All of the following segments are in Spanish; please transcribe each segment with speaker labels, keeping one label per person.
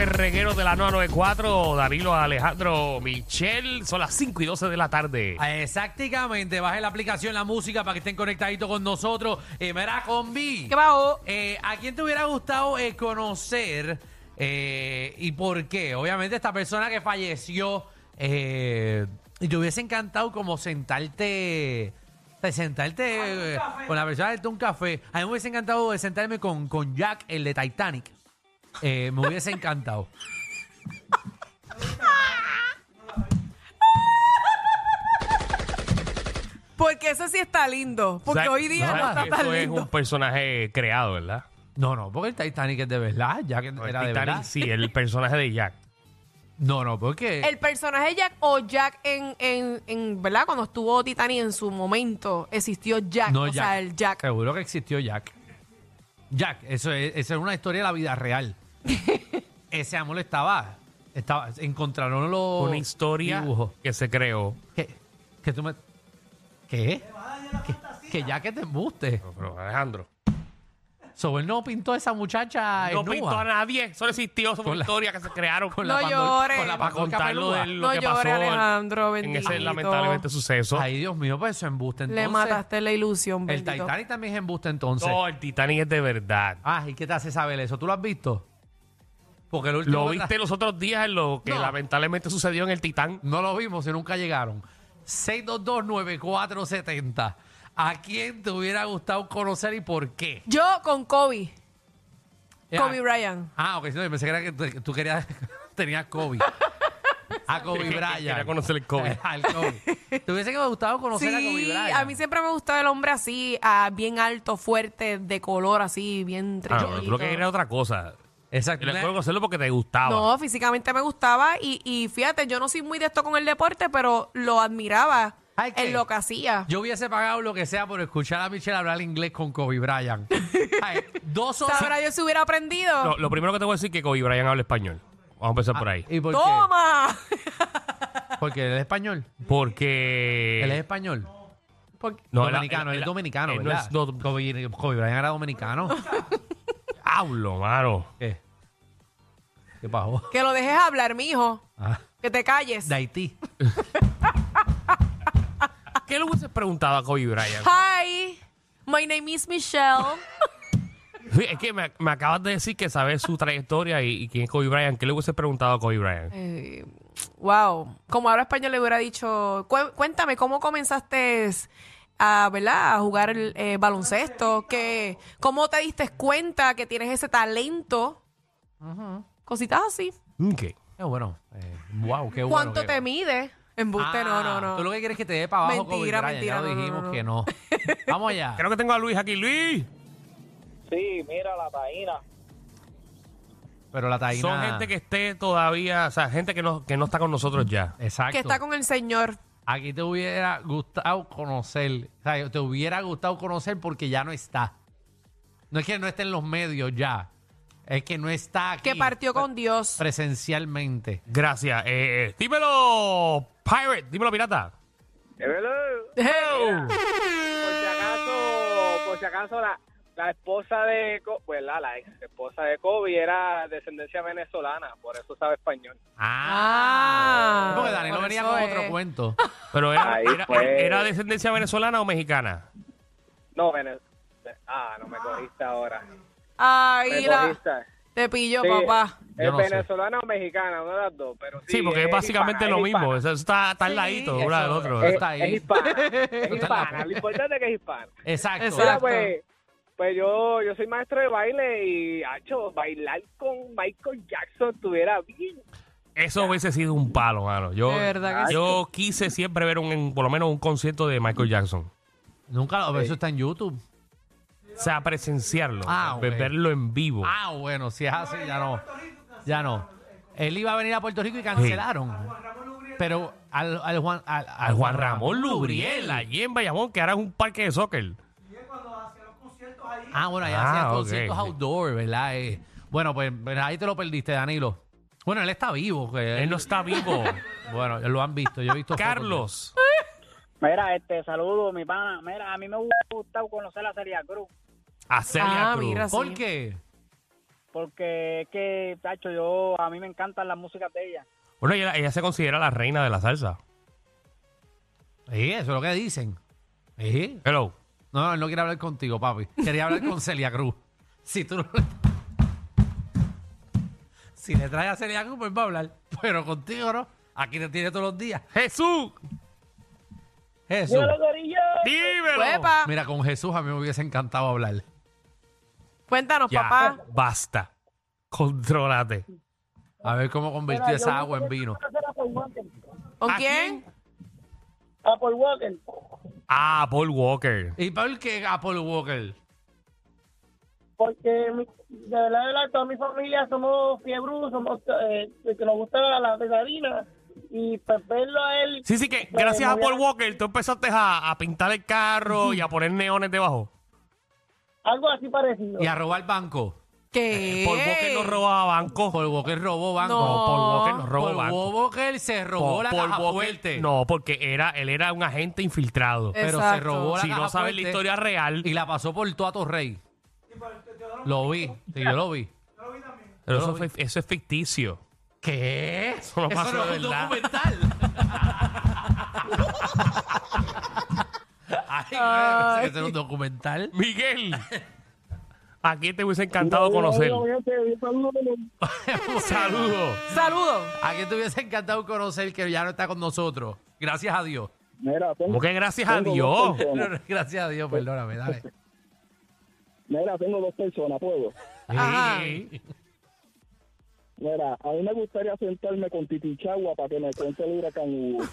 Speaker 1: El reguero de la 994, Danilo Alejandro Michel, son las 5 y 12 de la tarde.
Speaker 2: Exactamente, baje la aplicación, la música para que estén conectaditos con nosotros. Eh, mira, combi.
Speaker 3: ¿Qué bajo?
Speaker 2: Eh, ¿A quién te hubiera gustado eh, conocer eh, y por qué? Obviamente, esta persona que falleció eh, y te hubiese encantado como sentarte. o sea, Sentarte eh, con la persona de un café. A mí me hubiese encantado de sentarme con, con Jack, el de Titanic. Eh, me hubiese encantado.
Speaker 3: Porque ese sí está lindo. Porque
Speaker 1: O sea,
Speaker 3: hoy día no,
Speaker 1: ¿sabes
Speaker 3: está
Speaker 1: que
Speaker 3: tan
Speaker 1: Eso es
Speaker 3: lindo.
Speaker 1: un personaje creado, ¿verdad?
Speaker 2: No, no, porque el Titanic es de verdad. Jack
Speaker 1: El
Speaker 2: era de
Speaker 1: Titanic,
Speaker 2: verdad.
Speaker 1: sí, el personaje de Jack.
Speaker 2: No, no, porque.
Speaker 3: El personaje Jack o Jack en, en, en, ¿verdad? Cuando estuvo Titanic en su momento, existió Jack. o sea, el Jack.
Speaker 2: Seguro que existió Jack. Jack, eso es, esa es una historia de la vida real. Ese amor estaba. estaba encontraron los.
Speaker 1: Una historia
Speaker 2: dibujos.
Speaker 1: que se creó.
Speaker 2: ¿Qué? ¿Qué tú me.? ¿Qué? Que- Que Jack te embuste.
Speaker 1: No, pero Alejandro.
Speaker 2: Sobre no pintó a esa muchacha.
Speaker 1: No
Speaker 2: en
Speaker 1: pintó a nadie, eso no existió, eso fue
Speaker 2: Con
Speaker 1: una
Speaker 2: la-
Speaker 1: historia que se crearon
Speaker 2: Con
Speaker 3: No
Speaker 2: la
Speaker 3: llores.
Speaker 2: Con la
Speaker 1: para
Speaker 2: pandorca
Speaker 1: contar lo,
Speaker 2: peluda.
Speaker 1: de, lo
Speaker 3: No
Speaker 1: que
Speaker 3: llores,
Speaker 1: pasó en-
Speaker 3: Alejandro,
Speaker 1: en ese
Speaker 3: bendito.
Speaker 1: lamentablemente suceso.
Speaker 2: Ay, Dios mío, pues eso es embuste entonces.
Speaker 3: Le mataste la ilusión,
Speaker 2: El
Speaker 3: bendito.
Speaker 2: Titanic también es embuste entonces.
Speaker 1: No, el Titanic es de verdad.
Speaker 2: Ah, ¿y qué te hace saber eso? ¿Tú lo has visto? Porque el último.
Speaker 1: Lo
Speaker 2: que tra-
Speaker 1: viste los otros días en lo que
Speaker 2: No.
Speaker 1: lamentablemente sucedió en el Titán.
Speaker 2: No lo vimos y nunca llegaron. 6229470. ¿A quién te hubiera gustado conocer y por qué?
Speaker 3: Yo con Kobe.
Speaker 2: Eh,
Speaker 3: Kobe Bryant.
Speaker 2: Ah, ok, sí, no, yo pensé que, era que tú- que tú querías, tenías Kobe. A Kobe Bryant.
Speaker 1: Quería conocer el Kobe.
Speaker 2: Al Kobe. ¿Te hubiese gustado conocer a Kobe
Speaker 3: Sí,
Speaker 2: Bryant?
Speaker 3: a mí siempre me gustaba el hombre así, ah, bien alto, fuerte, de color así, bien
Speaker 1: Ah,
Speaker 3: trillito.
Speaker 1: no, tú lo que querías era otra cosa. Y
Speaker 2: Exacto.
Speaker 1: le puedo hacerlo porque te gustaba.
Speaker 3: No, físicamente me gustaba y, y fíjate, yo no soy muy de esto con el deporte, pero lo admiraba
Speaker 2: Ay, ¿qué?
Speaker 3: en lo que hacía.
Speaker 2: Yo hubiese pagado lo que sea por escuchar a Michelle hablar inglés con Kobe Bryant. Ay, dos horas.
Speaker 3: Sabrá yo si hubiera aprendido.
Speaker 1: Lo, lo primero que te voy a decir es que Kobe Bryant habla español. Vamos a empezar por ahí.
Speaker 2: Ah, ¿Y por qué?
Speaker 3: ¡Toma!
Speaker 2: Porque él es español.
Speaker 1: Porque.
Speaker 2: Él es español.
Speaker 1: No, él-
Speaker 2: Eh, dominicano,
Speaker 1: él-
Speaker 2: él,
Speaker 1: él-
Speaker 2: es dominicano,
Speaker 1: él no
Speaker 2: ¿verdad?
Speaker 1: es do-
Speaker 2: Kobe, Kobe Bryant era dominicano.
Speaker 1: Hablo, mano.
Speaker 2: ¿Qué? ¿Qué pasó?
Speaker 3: Que lo dejes hablar, mijo.
Speaker 2: Ah,
Speaker 3: Que te calles.
Speaker 2: de Haití.
Speaker 1: ¿Qué le hubieses preguntado a Kobe Bryant?
Speaker 3: Hi, my name is Michelle.
Speaker 1: Sí, es que me, me acabas de decir que sabes su trayectoria y, y quién es Kobe Bryant. ¿Qué le hubieses preguntado a Kobe Bryant?
Speaker 3: Eh, wow. Como habla español, le hubiera dicho, "Cué- cuéntame, ¿cómo comenzaste a, ¿verdad? a jugar el eh, baloncesto? ¿Qué, ¿Cómo te diste cuenta que tienes ese talento? Cositas así.
Speaker 1: ¿Qué?
Speaker 2: Mm, Qué bueno. Eh, wow, qué bueno.
Speaker 3: ¿Cuánto
Speaker 2: qué-
Speaker 3: te mide? Embuste, no, no,
Speaker 2: Ah,
Speaker 3: no.
Speaker 2: Tú lo que quieres es que te dé para abajo
Speaker 3: Mentira,
Speaker 2: Kobe Bryant.
Speaker 3: mentira,
Speaker 2: Ya lo
Speaker 3: no, no,
Speaker 2: dijimos
Speaker 3: no, no.
Speaker 2: que no. Vamos allá.
Speaker 1: Creo que tengo a Luis aquí. ¡Luis!
Speaker 4: Sí, mira la taína.
Speaker 2: Pero la taína...
Speaker 1: Son gente que esté todavía, o sea, gente que no, que no está con nosotros ya.
Speaker 2: Exacto.
Speaker 3: Que está con el señor.
Speaker 2: Aquí te hubiera gustado conocer. O sea, te hubiera gustado conocer porque ya no está. No es que no esté en los medios ya. Es que no está aquí.
Speaker 3: Que partió con Dios.
Speaker 2: Presencialmente.
Speaker 1: Gracias. Eh, dímelo, Pirate. Dímelo, pirata.
Speaker 4: Hello.
Speaker 3: Hey.
Speaker 4: Por si acaso, por si acaso la, la esposa de Co- pues la, la ex esposa de Kobe era descendencia venezolana, por eso sabe español.
Speaker 3: Ah.
Speaker 2: Porque Danilo
Speaker 3: por
Speaker 2: venía
Speaker 3: eso
Speaker 2: con
Speaker 3: es.
Speaker 2: otro cuento.
Speaker 1: Pero era,
Speaker 4: Ahí
Speaker 1: era-
Speaker 4: fue.
Speaker 1: era descendencia venezolana o mexicana.
Speaker 4: No, Vene- Ah, no me cogiste ahora.
Speaker 3: Ay,
Speaker 4: Me
Speaker 3: la,
Speaker 4: cogiste.
Speaker 3: te pillo,
Speaker 4: Sí,
Speaker 3: papá.
Speaker 4: Es
Speaker 2: Yo no sé.
Speaker 4: venezolana o mexicana, una de las dos, pero sí.
Speaker 1: Sí, porque es básicamente
Speaker 4: hispana,
Speaker 1: lo
Speaker 4: es
Speaker 1: mismo.
Speaker 4: hispana.
Speaker 1: Eso está, está al
Speaker 3: Sí,
Speaker 1: ladito, una del
Speaker 2: eso-
Speaker 1: otro.
Speaker 2: eh,
Speaker 4: Es,
Speaker 2: Está ahí.
Speaker 4: es hispana, es
Speaker 2: la
Speaker 4: hispana.
Speaker 2: puta.
Speaker 4: Lo importante es que es hispana.
Speaker 2: Exacto.
Speaker 3: Exacto.
Speaker 4: pues, pues yo, yo soy maestro de baile y, hacho, bailar con Michael Jackson estuviera bien
Speaker 1: Eso hubiese sido un palo, mano. Yo,
Speaker 3: De verdad que
Speaker 1: yo quise siempre ver un, en- por lo menos un concierto de Michael Jackson.
Speaker 2: Nunca lo... Eso está en YouTube.
Speaker 1: O sea, presenciarlo,
Speaker 2: Ah, ok.
Speaker 1: ver- verlo en vivo.
Speaker 2: Ah, bueno, si es así, ya no. Ya no. Él iba a venir a Puerto Rico y cancelaron. Pero al, al Juan, al,
Speaker 3: ah,
Speaker 1: Al Juan Ramón Lubriel, allí en Bayamón, que ahora es un parque de soccer.
Speaker 2: Ah, bueno, allá
Speaker 1: Ah,
Speaker 2: hacían
Speaker 1: ok.
Speaker 2: conciertos outdoor, ¿verdad? Eh, bueno, pues, pues ahí te lo perdiste, Danilo. Bueno, él está vivo. que
Speaker 1: Él no está vivo.
Speaker 2: Bueno, lo han visto, yo he visto. fotos de él.
Speaker 1: Carlos,
Speaker 5: Mira, este, saludo, mi pana. Mira, a mí me hubiera gustado conocer a Celia Cruz,
Speaker 1: a Celia
Speaker 3: Ah,
Speaker 1: Cruz.
Speaker 3: mira.
Speaker 2: ¿Por
Speaker 3: Sí.
Speaker 2: qué?
Speaker 5: porque es que, tacho, yo, a mí me encantan las músicas de ella.
Speaker 1: Bueno, ella, ella se considera la reina de la salsa.
Speaker 2: Sí, eso es lo que dicen. Sí.
Speaker 1: Hello.
Speaker 2: No, no, él no quiere hablar contigo, papi. Quería hablar con Celia Cruz. Si tú no le... Si le traes a Celia Cruz, pues va a hablar. Pero contigo no. Aquí te tiene todos los días.
Speaker 1: Jesús,
Speaker 2: Jesús.
Speaker 1: dímelo.
Speaker 3: Huepa.
Speaker 2: Mira, con Jesús a mí me hubiese encantado hablar.
Speaker 3: Cuéntanos,
Speaker 1: Ya,
Speaker 3: papá.
Speaker 1: basta. Contrólate.
Speaker 2: A ver cómo convirtió esa agua en vino.
Speaker 3: ¿Con
Speaker 1: ¿A
Speaker 2: eh,
Speaker 3: quién?
Speaker 5: A Paul Walker.
Speaker 1: Ah, Paul Walker.
Speaker 2: ¿Y por qué Apple Walker?
Speaker 5: Porque mi- de verdad, de verdad, toda mi familia somos fiebrú, somos eh, que nos gusta la, la pesadina. Y pues verlo a él.
Speaker 1: Sí, sí, que
Speaker 5: Bueno,
Speaker 1: gracias a
Speaker 5: voy a-
Speaker 1: Paul Walker tú empezaste a, a pintar el carro y a poner neones debajo.
Speaker 5: Algo así parecido.
Speaker 2: Y a robar banco.
Speaker 3: ¿Qué?
Speaker 1: Paul Walker no robaba bancos.
Speaker 2: Paul Walker robó banco.
Speaker 3: No.
Speaker 1: Paul Walker no robó
Speaker 2: Paul
Speaker 1: bancos.
Speaker 2: Walker se robó la
Speaker 1: Paul
Speaker 2: caja
Speaker 1: Walker-
Speaker 2: fuerte.
Speaker 1: No, porque era, él era un agente infiltrado.
Speaker 3: Eh,
Speaker 2: Pero se
Speaker 3: Exacto.
Speaker 2: robó la
Speaker 1: si
Speaker 2: caja
Speaker 1: no sabes la
Speaker 2: fuerte
Speaker 1: historia real,
Speaker 2: Y la pasó por Tuato Rey. Lo vi. Sí, yo lo vi.
Speaker 1: pero eso, fue- eso es ficticio.
Speaker 2: ¿Qué? Eso
Speaker 1: no
Speaker 2: no
Speaker 1: pasó de
Speaker 2: es un
Speaker 1: verdad.
Speaker 2: documental. Ay,
Speaker 3: Ay.
Speaker 2: ese era un documental.
Speaker 1: Miguel, a quién te hubiese encantado conocer. Saludos.
Speaker 3: Saludos.
Speaker 2: ¿A quién te hubiese encantado conocer que ya no está con nosotros? Gracias a Dios.
Speaker 5: Mira,
Speaker 1: Como que gracias a Dios.
Speaker 2: No, no, gracias a Dios, perdóname, dale.
Speaker 5: mira, tengo dos personas, puedo.
Speaker 3: Ajá.
Speaker 1: Sí.
Speaker 5: Mira, a mí me gustaría sentarme con Titi Chagua para que me cuente el huracán Hugo.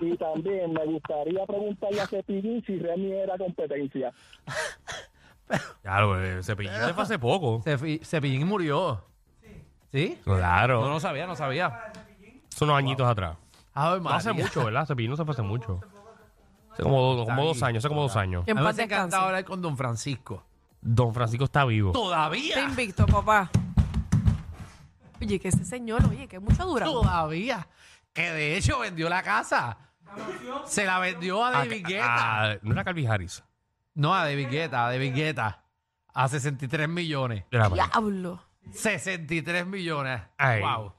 Speaker 5: y también me gustaría preguntarle a Cepillín si Remy era competencia.
Speaker 1: Claro, eh, Cepillín se fue hace poco.
Speaker 2: Cepi- Cepillín murió. ¿Sí?
Speaker 1: Claro.
Speaker 2: No, no sabía, no sabía.
Speaker 1: Son unos añitos atrás.
Speaker 2: Ay,
Speaker 1: No hace
Speaker 2: María.
Speaker 1: mucho, ¿verdad? Cepillín no se fue hace mucho. Hace como, como dos años, hace como dos años.
Speaker 3: En
Speaker 2: A mí me
Speaker 3: paz
Speaker 2: hubiese encantado
Speaker 3: descanse.
Speaker 2: hablar con Don Francisco.
Speaker 1: Don Francisco está vivo.
Speaker 3: Te
Speaker 2: Todavía.
Speaker 3: invicto, papá. Oye, que ese señor, oye, que mucho dura.
Speaker 2: Todavía. Que de hecho vendió la casa. Se la vendió a
Speaker 1: Ah,
Speaker 2: David Guetta.
Speaker 1: ah, no era Calvin Harris.
Speaker 2: No, a David Guetta, a David Guetta. A 63 millones.
Speaker 1: Era-
Speaker 3: Diablo.
Speaker 2: 63 millones.
Speaker 1: Ay.
Speaker 2: Wow.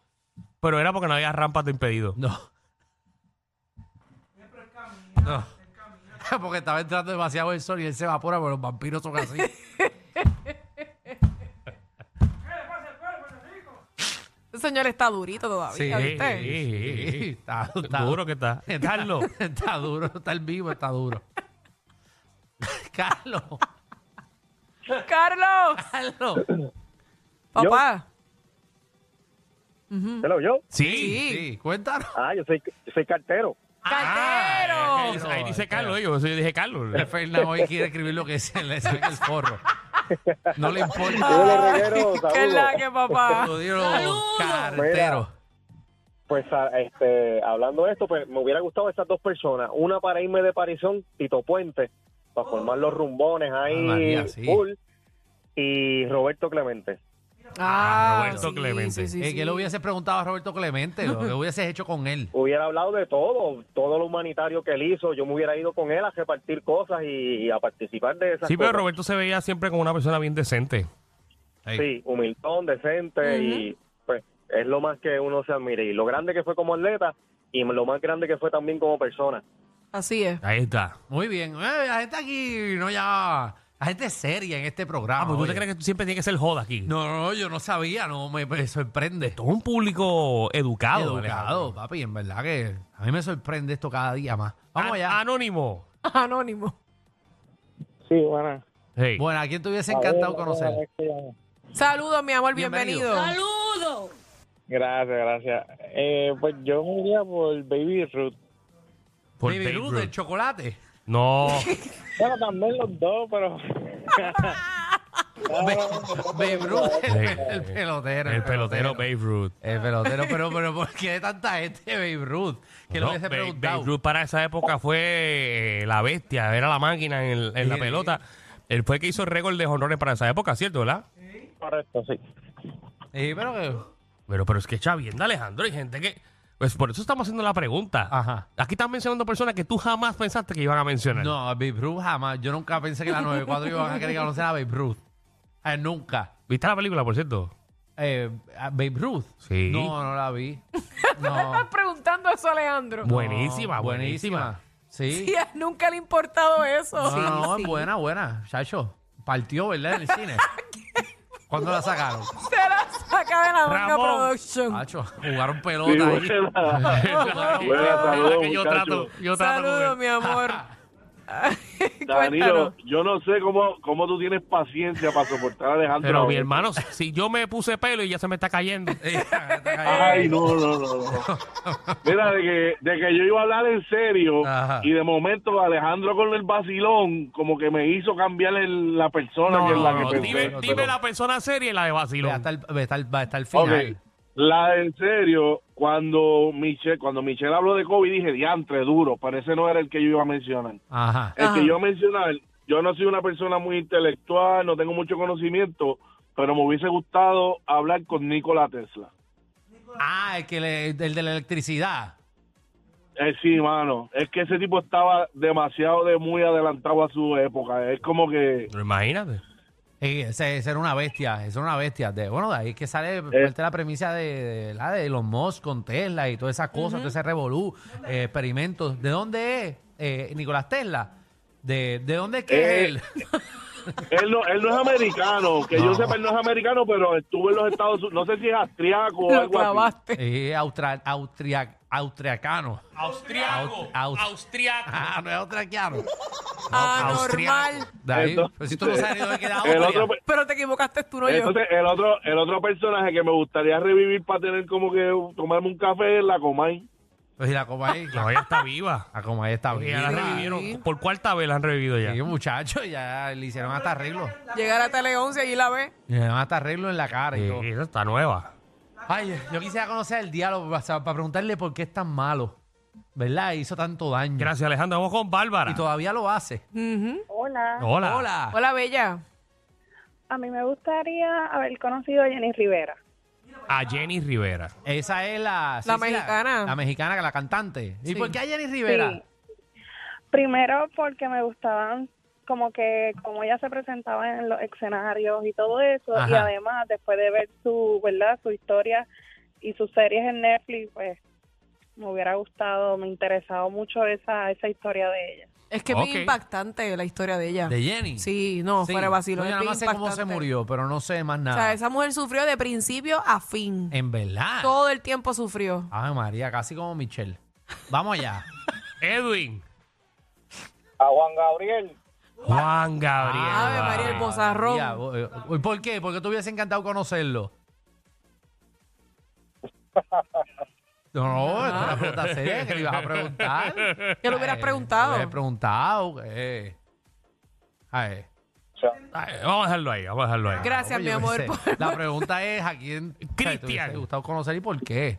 Speaker 1: Pero era porque no había rampas de impedido.
Speaker 2: No. No. Porque estaba entrando demasiado el sol y él se evapora, pero los vampiros son así.
Speaker 3: Ese señor está durito
Speaker 2: Sí,
Speaker 3: todavía, ¿viste?
Speaker 1: Sí.
Speaker 2: está, está-
Speaker 1: Duro que está. Carlos,
Speaker 2: Está duro, está el vivo, está duro. Carlos,
Speaker 3: Carlos,
Speaker 2: Carlos.
Speaker 3: papá.
Speaker 5: ¿Pero yo?
Speaker 1: sí.
Speaker 2: Sí, cuéntanos.
Speaker 5: Ah, yo soy, yo soy cartero.
Speaker 1: Ah, ahí
Speaker 3: ¡Cartero!
Speaker 1: dice- ahí dice Carlos, yo, yo dije Carlos.
Speaker 2: Fernando hoy quiere escribir lo que se le sale el forro. No le
Speaker 5: Yo
Speaker 2: importa.
Speaker 5: le reguero,
Speaker 3: Ah. ¿Qué es la
Speaker 5: saludos.
Speaker 3: que, papá?
Speaker 2: Lo dieron cartero.
Speaker 5: Pues a- este, hablando de esto, pues me hubiera gustado esas dos personas. Una para irme de Parizón, Tito Puente, para formar los rumbones ahí,
Speaker 2: Ah, María, sí.
Speaker 5: full, y Roberto Clemente.
Speaker 1: Ah,
Speaker 3: Ah,
Speaker 1: Roberto Clemente.
Speaker 2: Eh, que le hubiese preguntado a Roberto Clemente, lo que hubieses hecho con él.
Speaker 5: hubiera hablado de todo, todo lo humanitario que él hizo. Yo me hubiera ido con él a repartir cosas y, y a participar de esas
Speaker 1: Sí, pero
Speaker 5: cosas.
Speaker 1: Roberto se veía siempre como una persona bien decente.
Speaker 5: Sí, humildón, decente
Speaker 3: Ujú.
Speaker 5: y pues es lo más que uno se admire. Y lo grande que fue como atleta y lo más grande que fue también como persona.
Speaker 3: Así es.
Speaker 1: Ahí está.
Speaker 2: Muy bien. Eh, la gente aquí no ya. La gente es seria en este programa.
Speaker 1: Ah, pues, ¿Tú te
Speaker 2: oye.
Speaker 1: crees que tú siempre tiene que ser joda aquí?
Speaker 2: No, no, no, yo no sabía, no me, me sorprende.
Speaker 1: Todo un público educado.
Speaker 2: Educado, papi, en verdad que a mí me sorprende esto cada día más. Vamos
Speaker 1: Alejandro.
Speaker 2: allá.
Speaker 1: An- Anónimo.
Speaker 3: Anónimo.
Speaker 5: Sí, bueno.
Speaker 1: Hey.
Speaker 2: Bueno, ¿a quién te hubiese encantado conocer?
Speaker 3: Saludos, mi amor,
Speaker 2: Bienvenido.
Speaker 3: bienvenido.
Speaker 5: Gracias, gracias. pues yo me iría por Baby Ruth.
Speaker 1: Por
Speaker 2: Baby
Speaker 1: Babe
Speaker 2: Ruth,
Speaker 1: Ruth.
Speaker 2: el chocolate.
Speaker 1: No.
Speaker 5: Bueno, también los dos, pero...
Speaker 2: Babe Ruth, el,
Speaker 1: Sí.
Speaker 2: el pelotero.
Speaker 1: el pelotero Babe Ruth.
Speaker 2: El pelotero, pero, pero ¿por qué hay tanta gente, Babe Ruth? Que lo
Speaker 1: No,
Speaker 2: hubiese
Speaker 1: Babe-
Speaker 2: preguntado.
Speaker 1: Babe Ruth para esa época fue eh, la bestia, era la máquina en, el- en la
Speaker 2: Sí.
Speaker 1: pelota. Él fue el que hizo récord de honores para esa época, ¿cierto, verdad?
Speaker 5: Correcto, sí.
Speaker 2: Sí, pero que-
Speaker 1: Pero, pero es que chavienda, Alejandro, hay gente que... Pues por eso estamos haciendo la pregunta.
Speaker 2: Ajá.
Speaker 1: Aquí están mencionando personas que tú jamás pensaste que iban a mencionar.
Speaker 2: No, a Babe Ruth jamás. Yo Eh, nunca pensé que la 94 iban a querer conocer a Babe Ruth. A él nunca.
Speaker 1: ¿Viste la película, por cierto?
Speaker 2: Eh, a Babe Ruth.
Speaker 1: Sí.
Speaker 2: No, no la vi. No.
Speaker 3: Estás preguntando eso, Alejandro.
Speaker 1: Buenísima, buenísima.
Speaker 2: Sí.
Speaker 3: Sí, a él nunca le ha importado eso.
Speaker 2: No, no, no, es buena, buena. Chacho, partió, ¿verdad? En el cine. ¿Cuándo la sacaron?
Speaker 3: Se la saca de la manga
Speaker 1: Ramón.
Speaker 3: production.
Speaker 2: Chacho, jugaron pelota
Speaker 5: Sí,
Speaker 2: ahí.
Speaker 5: buena. Buena, saludos,
Speaker 1: que yo
Speaker 5: muchachos.
Speaker 1: trato, yo trato con
Speaker 2: ¿eh?
Speaker 3: Saludos,
Speaker 1: él.
Speaker 3: mi amor.
Speaker 5: Danilo,
Speaker 3: Cuéntanos.
Speaker 5: yo no sé cómo, cómo tú tienes paciencia para soportar a Alejandro.
Speaker 1: Pero mi hermano, si yo me puse pelo y ya se me está cayendo.
Speaker 5: Ay, no, no, no. no. Mira, de que, de que yo iba a hablar en serio
Speaker 2: Ajá.
Speaker 5: y de momento Alejandro con el vacilón como que me hizo cambiar el- la persona
Speaker 1: No,
Speaker 5: que es la
Speaker 1: no,
Speaker 5: que
Speaker 1: no,
Speaker 5: pensé.
Speaker 1: dime, dime la persona seria y la de
Speaker 2: Ve
Speaker 1: vacilón.
Speaker 2: hasta el, ve hasta el- ve hasta el
Speaker 5: Ok,
Speaker 2: final.
Speaker 5: La de en serio, cuando Michelle, cuando Michelle habló de COVID dije, diantre, duro, pero ese no era el que yo iba a mencionar.
Speaker 2: Ajá.
Speaker 5: El
Speaker 3: Ajá.
Speaker 5: que yo mencionar, yo no soy una persona muy intelectual, no tengo mucho conocimiento, pero me hubiese gustado hablar con Nikola Tesla.
Speaker 2: Ah, el, que le- el de la electricidad.
Speaker 5: Eh, sí, mano, es que ese tipo estaba demasiado de muy adelantado a su época. Es como que
Speaker 1: Imagínate.
Speaker 2: Eh, Ese, ese era una bestia, ese era una bestia. De, bueno, de ahí es que
Speaker 5: Eh.
Speaker 2: sale parte de la premisa de, de la de Elon Musk con Tesla y todas esas cosas, todo ese revolú, eh, experimentos. ¿De dónde es eh, Nicolás Tesla? ¿De, de dónde es que
Speaker 5: Eh,
Speaker 2: es él?
Speaker 5: él no, él no es americano, que yo sepa él no es americano, pero estuvo en los Estados Unidos, no sé si es austriaco o
Speaker 3: Lo
Speaker 5: algo así.
Speaker 3: clavaste.
Speaker 2: Eh, austra- austria- austriacano.
Speaker 1: Austriaco.
Speaker 2: Aus- aus-
Speaker 1: austriaco.
Speaker 2: Ah, no es austriacano.
Speaker 3: Anormal.
Speaker 2: De ahí,
Speaker 5: Entonces,
Speaker 2: pero si tú no sabes ni dónde queda
Speaker 5: El
Speaker 2: Austria.
Speaker 5: otro, pe-
Speaker 3: Pero te equivocaste tú, no yo.
Speaker 5: entonces, el otro, el otro personaje que me gustaría revivir para tener como que tomarme un café es la Comay.
Speaker 2: Pues y la coma ahí, la,
Speaker 1: No, ella está viva.
Speaker 2: la coma ahí está
Speaker 1: Y Ya la
Speaker 2: bien.
Speaker 1: revivieron. ¿Por cuarta vez la han revivido ya?
Speaker 2: Sí, muchacho, ya le hicieron hasta arreglo.
Speaker 3: Llegar a Tele 11 y allí la ve.
Speaker 2: Le hicieron hasta arreglo en la cara y todo.
Speaker 1: Sí, esa está nueva.
Speaker 2: Ay, yo quisiera conocer el diálogo o sea, para preguntarle por qué es tan malo. ¿Verdad? Hizo tanto daño.
Speaker 1: Gracias, Alejandro. Vamos con Bárbara.
Speaker 2: Y todavía lo hace.
Speaker 3: Ujú.
Speaker 6: Hola.
Speaker 1: Hola.
Speaker 2: Hola.
Speaker 3: Ah. Hola, bella.
Speaker 6: A mí me gustaría haber conocido a Jenny Rivera.
Speaker 1: A Jenny Rivera.
Speaker 2: Esa es la... sí,
Speaker 3: La
Speaker 2: sí,
Speaker 3: mexicana.
Speaker 2: La, mexicana, que la cantante.
Speaker 3: Sí.
Speaker 2: ¿Y por qué a Jenny Rivera?
Speaker 6: Sí. Primero porque me gustaban como que como ella se presentaba en los escenarios y todo eso y
Speaker 2: Ajá.
Speaker 6: además después de ver su, ¿verdad? su historia y sus series en Netflix, pues me hubiera gustado, me interesado mucho esa esa historia de ella.
Speaker 3: Es que es
Speaker 1: Ok.
Speaker 3: bien impactante la historia de ella.
Speaker 2: ¿De Jenny?
Speaker 3: Sí, no, fuera de vacilo.
Speaker 2: No, yo
Speaker 3: es
Speaker 2: nada
Speaker 3: bien
Speaker 2: más sé cómo se
Speaker 3: impactante.
Speaker 2: murió, pero no sé más
Speaker 3: O
Speaker 2: nada.
Speaker 3: sea, esa mujer sufrió de principio a fin.
Speaker 2: En verdad.
Speaker 3: Todo el tiempo sufrió.
Speaker 2: Ay, María, casi como Michelle. Vamos allá.
Speaker 1: Edwin.
Speaker 4: A Juan Gabriel.
Speaker 1: Juan Gabriel.
Speaker 3: Ave
Speaker 1: Wow.
Speaker 3: María, el bozarrón.
Speaker 2: María, bo- eh, ¿y ¿Por qué? Porque te hubiese encantado conocerlo. No, no, es una pregunta seria que le ibas a preguntar.
Speaker 3: ¿Qué le hubieras
Speaker 2: Eh,
Speaker 3: preguntado?
Speaker 2: Le hubieras preguntado. eh. Ay,
Speaker 1: Ay, Vamos a dejarlo ahí, vamos a dejarlo ahí.
Speaker 3: Gracias,
Speaker 2: no, yo
Speaker 3: mi
Speaker 2: qué
Speaker 3: amor.
Speaker 2: sé.
Speaker 3: por-
Speaker 2: La pregunta es a quién o sea, te
Speaker 1: Cristian.
Speaker 2: hubiese gustado conocer y por qué.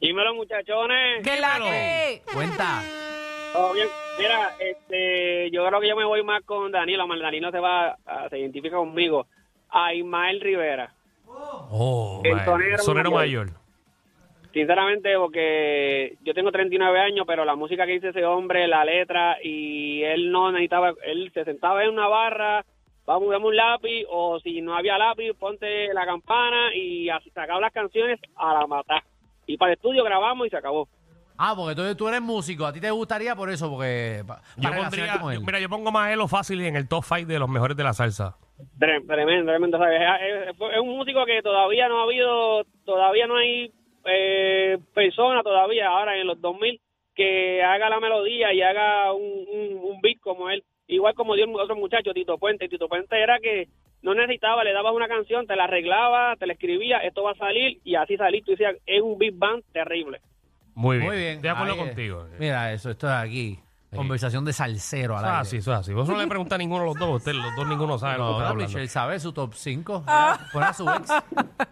Speaker 4: Dímelo, muchachones.
Speaker 3: ¿Qué la
Speaker 1: Dímelo.
Speaker 3: que?
Speaker 2: Cuenta.
Speaker 4: Todo bien. Mira, este, yo creo que yo me voy más con Danilo. más Danilo se va, a- se identifica conmigo. A Ismael Rivera.
Speaker 1: Oh,
Speaker 4: El
Speaker 1: madre.
Speaker 4: sonero
Speaker 1: Sonero
Speaker 4: mayor.
Speaker 1: mayor.
Speaker 4: Sinceramente, porque yo tengo 39 años, pero la música que hizo ese hombre, la letra, y él no necesitaba, él se sentaba en una barra, vamos, dame un lápiz, o si no había lápiz, ponte la campana y así sacaba las canciones a la matar. Y para el estudio grabamos y se acabó.
Speaker 2: Ah, porque tú, tú eres músico. A ti te gustaría por eso, porque. pa-
Speaker 1: Yo
Speaker 2: para relacionarte
Speaker 1: pondría,
Speaker 2: con él.
Speaker 1: mira, yo pongo más Elo fácil en el top 5 de los mejores de la salsa.
Speaker 4: Tre- Tremendo, tremendo. o sea, Es, es- es un músico que todavía no ha habido, todavía no hay eh, persona todavía ahora en los 2000 que haga la melodía y haga un, un- un beat como él. Igual como dio otro muchacho, Tito Puente. Tito Puente era que no necesitaba, le dabas una canción, te la arreglaba, te la escribía, esto va a salir y así salí. Tú decías, es un big band terrible.
Speaker 1: Muy bien.
Speaker 2: Muy bien.
Speaker 1: Estoy de acuerdo
Speaker 2: ahí es.
Speaker 1: contigo. eh.
Speaker 2: Mira, eso, esto es aquí.
Speaker 1: Sí. Ah,
Speaker 2: Conversación de
Speaker 1: Eso
Speaker 2: salsero al
Speaker 1: es
Speaker 2: aire.
Speaker 1: así, eso es así. Vos no le preguntas a ninguno de los dos, usted, los dos ninguno sabe
Speaker 2: No,
Speaker 1: lo que
Speaker 2: no,
Speaker 1: está
Speaker 2: Michelle
Speaker 1: hablando.
Speaker 2: sabe su top 5. Pon a su ex.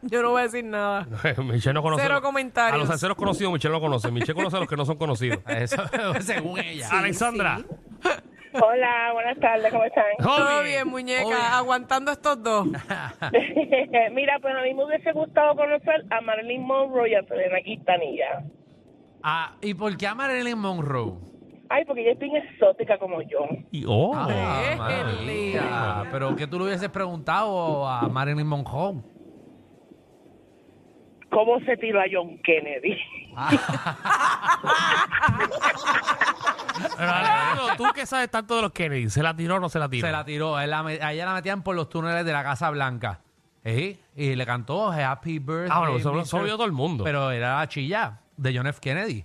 Speaker 3: Yo no voy a decir nada.
Speaker 1: Michelle no conoce.
Speaker 3: Cero comentarios.
Speaker 1: A los salseros conocidos, Michelle no conoce. Michelle conoce a los que no son conocidos.
Speaker 2: Eso, según ella.
Speaker 1: Alexandra.
Speaker 6: Hola, buenas tardes, ¿cómo están?
Speaker 3: Todo
Speaker 1: Joven.
Speaker 3: bien, muñeca.
Speaker 2: Oye.
Speaker 3: Aguantando estos dos.
Speaker 6: Mira, pues a mí me hubiese gustado conocer a Marilyn Monroe y a Selena Quintanilla.
Speaker 2: Ah, ¿Y por qué a Marilyn Monroe?
Speaker 7: Ay, porque ella es bien exótica como yo.
Speaker 1: Y, oh,
Speaker 2: Ah,
Speaker 3: Ay,
Speaker 2: María. Pero que tú le hubieses preguntado a Marilyn Monroe.
Speaker 7: ¿Cómo se tiró a John Kennedy?
Speaker 1: Pero, Alejandro, tú que sabes tanto de los Kennedy, ¿se la tiró o no se la tiró?
Speaker 2: Se la tiró. Él la me- a ella la metían por los túneles de la Casa Blanca. ¿Sí? Y le cantó Happy Birthday.
Speaker 1: Ah, bueno, eso lo-
Speaker 2: Mr.
Speaker 1: eso lo vio todo el mundo.
Speaker 2: Pero era la chilla de John F. Kennedy.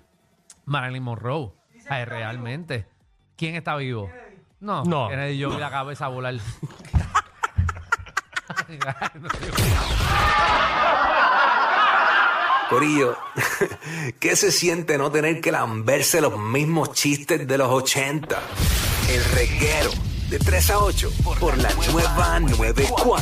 Speaker 2: Marilyn Monroe. Ay, realmente. ¿Quién está vivo? No,
Speaker 1: No.
Speaker 2: Kennedy, yo vi la cabeza volar.
Speaker 8: Corillo, ¿qué se siente no tener que lamberse los mismos chistes de los 80? El reguero de 3 a 8 por la nueva 94.